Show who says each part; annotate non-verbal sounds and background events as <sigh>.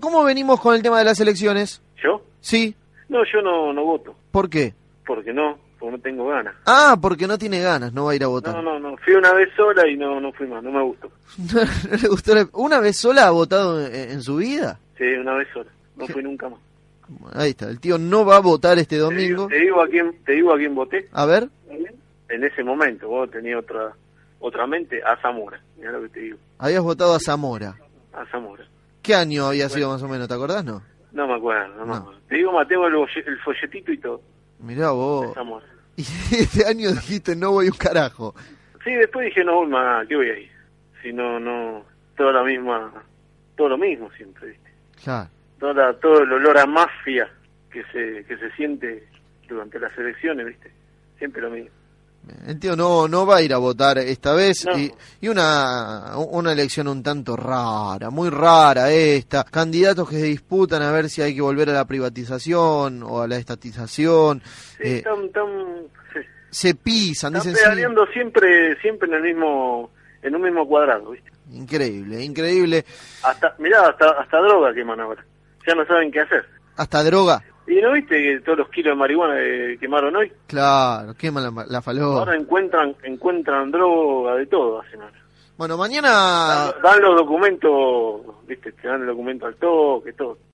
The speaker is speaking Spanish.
Speaker 1: ¿Cómo venimos con el tema de las elecciones?
Speaker 2: ¿Yo?
Speaker 1: Sí,
Speaker 2: No, yo no, no voto.
Speaker 1: ¿por qué?
Speaker 2: Porque no, porque no tengo ganas.
Speaker 1: Ah, porque no tiene ganas, no va a ir a votar.
Speaker 2: No, no, no. Fui una vez sola y no, no fui más. No me gustó.
Speaker 1: <laughs> No, le gustó la- ¿Una vez sola ha votado en, en su vida?
Speaker 2: Sí, una vez sola. No fui nunca más.
Speaker 1: Ahí está, el tío no va a votar este
Speaker 2: Te digo,
Speaker 1: domingo.
Speaker 2: te digo a quién, te digo a quién voté.
Speaker 1: A ver,
Speaker 2: En ese momento, vos tenías otra, otra mente a Zamora. Mira lo que te digo.
Speaker 1: habías votado a Zamora.
Speaker 2: A Zamora.
Speaker 1: ¿Qué año había sido más o menos? ¿Te acordás? No.
Speaker 2: No me acuerdo, no, me
Speaker 1: No.
Speaker 2: acuerdo. Te digo, Mateo, el, bolle- el folletito y todo.
Speaker 1: Mirá vos.
Speaker 2: de Zamora.
Speaker 1: <laughs> Y este año dijiste no voy un carajo.
Speaker 2: Sí, después dije, no voy más, ¿qué voy ahí? Si no, no, toda la misma, todo lo mismo siempre, ¿viste?
Speaker 1: Claro.
Speaker 2: Toda la- todo el olor a mafia que se, que se siente durante las elecciones, ¿viste? Siempre lo mismo.
Speaker 1: El tío no, no va a ir a votar esta vez.
Speaker 2: No.
Speaker 1: Y, y una, una elección un tanto rara, muy rara esta. Candidatos que se disputan a ver si hay que volver a la privatización o a la estatización.
Speaker 2: Sí,
Speaker 1: Eh,
Speaker 2: están, están, sí,
Speaker 1: se pisan,
Speaker 2: están
Speaker 1: dicen sí.
Speaker 2: pedaleando siempre, siempre en el mismo, en un mismo cuadrado, ¿viste?
Speaker 1: Increíble, increíble.
Speaker 2: Hasta, mirá, hasta, hasta droga queman ahora. Ya no saben qué hacer.
Speaker 1: Hasta droga.
Speaker 2: ¿Y no viste que todos los kilos de marihuana que quemaron hoy?
Speaker 1: Claro, quema la, la falopa.
Speaker 2: Ahora encuentran encuentran droga de todo, hacen ahora.
Speaker 1: Bueno, mañana...
Speaker 2: Dan los documentos, viste, te dan el documento al toque, todo.